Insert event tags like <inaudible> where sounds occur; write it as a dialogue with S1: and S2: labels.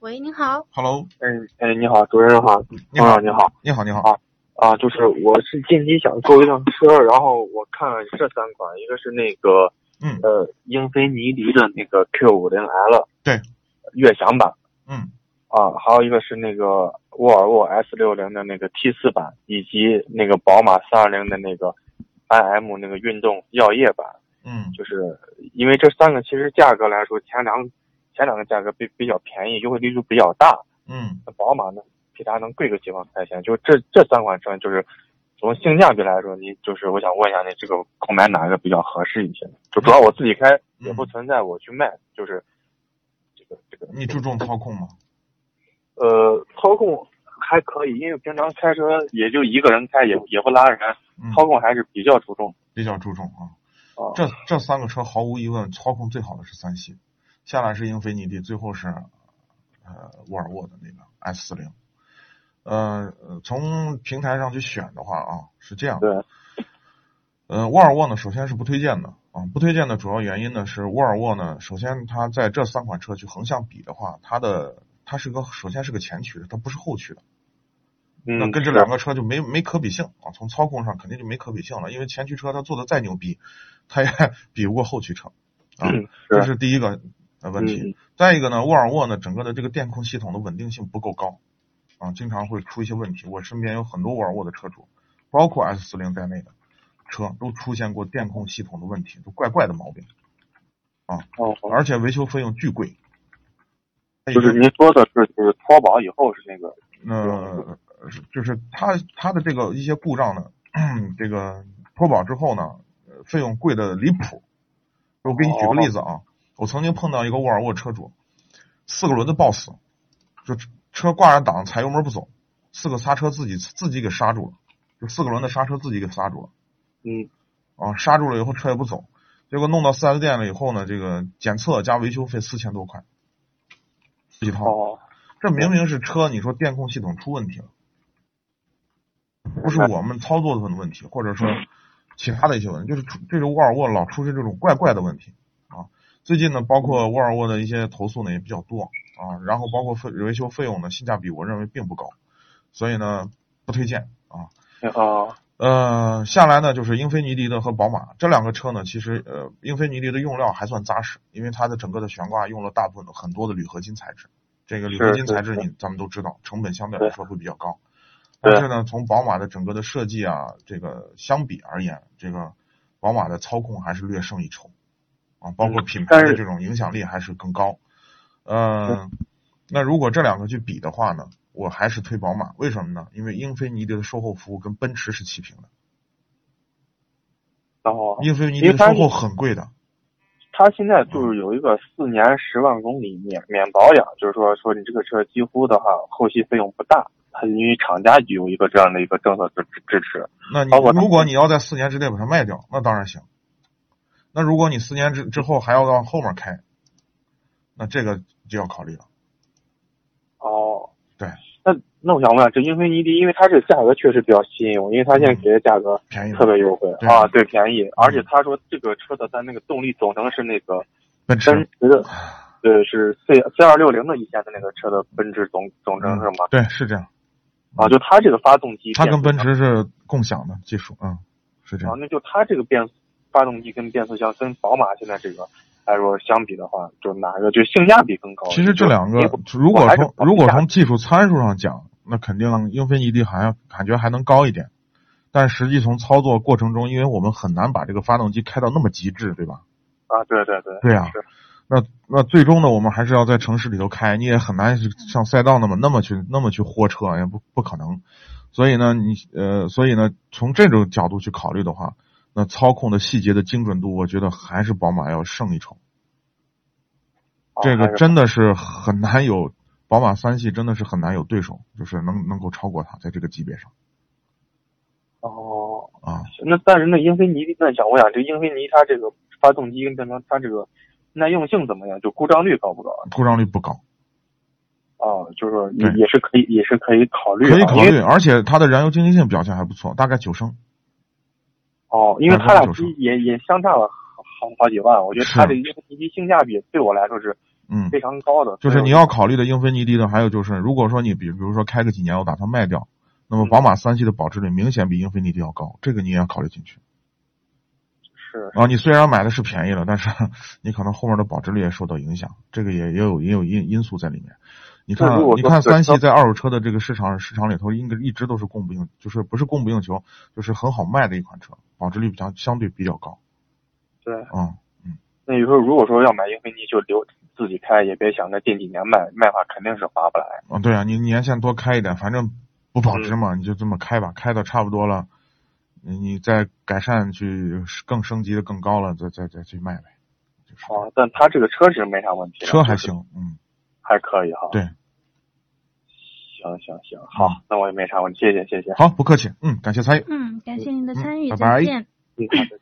S1: 喂，您好。
S2: Hello，
S3: 哎哎，你好，主持人好，
S2: 你好
S3: 嗯你好
S2: 你好，你好。
S3: 啊啊，就是我是近期想购一辆车，然后我看了这三款，一个是那个
S2: 嗯，
S3: 呃英菲尼迪的那个 Q 五零 L，
S2: 对，
S3: 悦享版，
S2: 嗯
S3: 啊，还有一个是那个沃尔沃 S 六零的那个 T 四版，以及那个宝马三二零的那个 IM 那个运动耀夜版，
S2: 嗯
S3: 就是因为这三个其实价格来说，前两前两个价格比比较便宜，优惠力度比较大，
S2: 嗯
S3: 那宝马呢，比它能贵个几万块钱。就这这三款车，就是从性价比来说，你就是我想问一下，你这个购买哪个比较合适一些？就主要我自己开，也
S2: 嗯
S3: 不存在我去卖，就是这个这个
S2: 你注重操控吗？
S3: 呃操控还可以，因为平常开车也就一个人开，也也不拉人，
S2: 嗯，
S3: 操控还是比较注重。
S2: 比较注重啊。
S3: 啊，
S2: 这这三个车毫无疑问，操控最好的是三系，下来是英菲尼迪，最后是呃沃尔沃的那个 S 四零。呃，呃从平台上去选的话啊，是这样的。
S3: 对，
S2: 呃，沃尔沃呢，首先是不推荐的啊，不推荐的主要原因呢是沃尔沃呢，首先它在这三款车去横向比的话，它的它是个首先是个前驱的，它不是后驱的，
S3: 嗯，
S2: 那跟这两
S3: 是
S2: 个车就没没可比性啊，从操控上肯定就没可比性了，因为前驱车它做的再牛逼，它也 <laughs> 比不过后驱车啊，
S3: 嗯
S2: 这
S3: 是嗯
S2: 是第一个呃问题。再一个呢，沃尔沃呢整个的这个电控系统的稳定性不够高啊，经常会出一些问题。我身边有很多沃尔沃的车主，包括 S 四零在内的车都出现过电控系统的问题，都怪怪的毛病，
S3: 哦，
S2: 而且维修费用巨贵。
S3: 就是您说的是就是脱保以后是那个
S2: 呃，是就是它它的这个一些故障呢，这个脱保之后呢，呃费用贵的离谱。我给你举个例子啊，我曾经碰到一个沃尔沃车主，四个轮子抱死，就车挂着档踩油门不走，四个刹车自己自己给刹住了，就四个轮子刹车自己给刹住了
S3: 嗯
S2: 啊，刹住了以后车也不走，结果弄到四 S 店了以后呢，这个检测加维修费四千多块，一套。
S3: 哦
S2: 这明明是车，你说电控系统出问题了，不是我们操作的问题，或者说其他的一些问题，就是出这个沃尔沃老出现这种怪怪的问题啊。最近呢，包括沃尔沃的一些投诉呢也比较多啊，然后包括费维修费用呢性价比我认为并不高，所以呢不推荐啊。
S3: 哦
S2: 呃，下来呢就是英菲尼迪的和宝马这两个车呢，其实呃，英菲尼迪的用料还算扎实，因为它的整个的悬挂用了大部分的很多的铝合金材质。这个铝合金材质
S3: 是
S2: 你咱们都知道，成本相对来说会比较高。
S3: 对
S2: 但是呢，从宝马的整个的设计啊，这个相比而言，这个宝马的操控还是略胜一筹啊，包括
S3: 嗯
S2: 品牌
S3: 但
S2: 的
S3: 是嗯
S2: 这种影响力还是更高。呃，那如果这两个去比的话呢，我还是推宝马。为什么呢？因为英菲尼迪的售后服务跟奔驰是齐平的。
S3: 哦，
S2: 英菲尼迪的售后很贵的，
S3: 它现在就是有一个四年十万公里免免保养，就是说说你这个车几乎的话后期费用不大，它因为厂家有一个这样的一个政策支支持。
S2: 那你
S3: 包括它
S2: 如果你要在四年之内把它卖掉，那当然行。那如果你四年之之后还要往后面开，那这个就要考虑了。
S3: 哦，
S2: 对。
S3: 那那我想问，啊这英菲尼迪，因为它这个价格确实比较吸引我，因为它现在给的价格
S2: 便宜
S3: 特
S2: 的，
S3: 别优惠
S2: 嗯对嗯
S3: 啊，对，便宜，而且他说这个车的它那个动力总成是那个
S2: 奔
S3: 奔
S2: 驰，
S3: 驰的，
S2: 啊
S3: 对，是 C C 二六零的以前的那个车的奔驰总总成是吗？
S2: 嗯对，是这样。
S3: 啊，就它这个发动机，
S2: 它跟奔驰是共享的技术，嗯，是这
S3: 啊
S2: 样，。
S3: 那就它这个变速发动机跟变速箱跟宝马现在这个来说相比的话，就哪个就性价比更高？
S2: 其实这两个
S3: 哦就不，
S2: 如
S3: 我
S2: 果
S3: 还是
S2: 从
S3: 考虑
S2: 如果
S3: 价格
S2: 从技术参数上讲，那肯定英菲尼迪还要感觉还能高一点，但实际从操作过程中，因为我们很难把这个发动机开到那么极致，对吧？
S3: 啊，对对对，
S2: 对啊
S3: 是
S2: 那那最终呢，我们还是要在城市里头开，你也很难是像赛道那么那么去那么去豁车，啊也不不可能。所以呢，你呃，所以呢，从这种角度去考虑的话，那操控的细节的精准度，我觉得还是宝马要胜一筹。
S3: 啊
S2: 这
S3: 还
S2: 个
S3: 是
S2: 真的是很难有，宝马三系真的是很难有对手，就是能能够超过它在这个级别上
S3: 哦。
S2: 啊。
S3: 那但是那英菲尼迪，那想问一下，这英菲尼它这个发动机跟变速箱，它这个耐用性怎么样？就故障率高不高啊
S2: 故障率不高，？
S3: 啊，就是说也
S2: 对
S3: 也是可以，也是可以考虑、啊，
S2: 可以考
S3: 因
S2: 虑，
S3: 为
S2: 而且它的燃油经济性表现还不错，大概九升。
S3: 哦，因为它
S2: 百
S3: 俩
S2: 分之九
S3: 也也相差了好好好几万，我觉得它这个英菲尼迪性价比对我来说是
S2: 嗯，
S3: 非常高的。
S2: 就是你要考虑的英菲尼迪的，还有就是如果说你比比如说开个几年，我打算卖掉，那
S3: 嗯
S2: 么宝马三系的保值率明显比英菲尼迪要高，这个你也要考虑进去。
S3: 是
S2: 啊，你虽然买的是便宜了，但是你可能后面的保值率也受到影响，这个也也有也有因因素在里面。你看
S3: 那如，果
S2: 你
S3: 说
S2: 看
S3: 是
S2: 三系
S3: 那
S2: 在二手车的这个市场市场里头，应该一直都是供不应，就是不是供不应求，就是很好卖的一款车，保值率比较相对比较高。
S3: 对，
S2: 嗯，
S3: 那你说如果说要买英菲尼，就留自己开，也别想着近几年卖，卖话肯定是划不来。
S2: 啊，对啊，你年限多开一点，反正不保值
S3: 嗯
S2: 嘛，你就这么开吧，开的差不多了，你你再改善去更升级的更高了，再再再去卖呗。就是这样、
S3: 啊，但它这个车是没啥问题的，
S2: 哦车还
S3: 就是
S2: 行，嗯，
S3: 还可以哈。
S2: 对，嗯
S3: 行行行，好，那我也没啥问题，谢谢谢谢。
S2: 好，不客气，嗯，感谢参与。
S1: 嗯，感谢您的参与，
S2: 嗯拜
S1: 再
S2: 拜
S1: 见。
S3: 嗯，好的。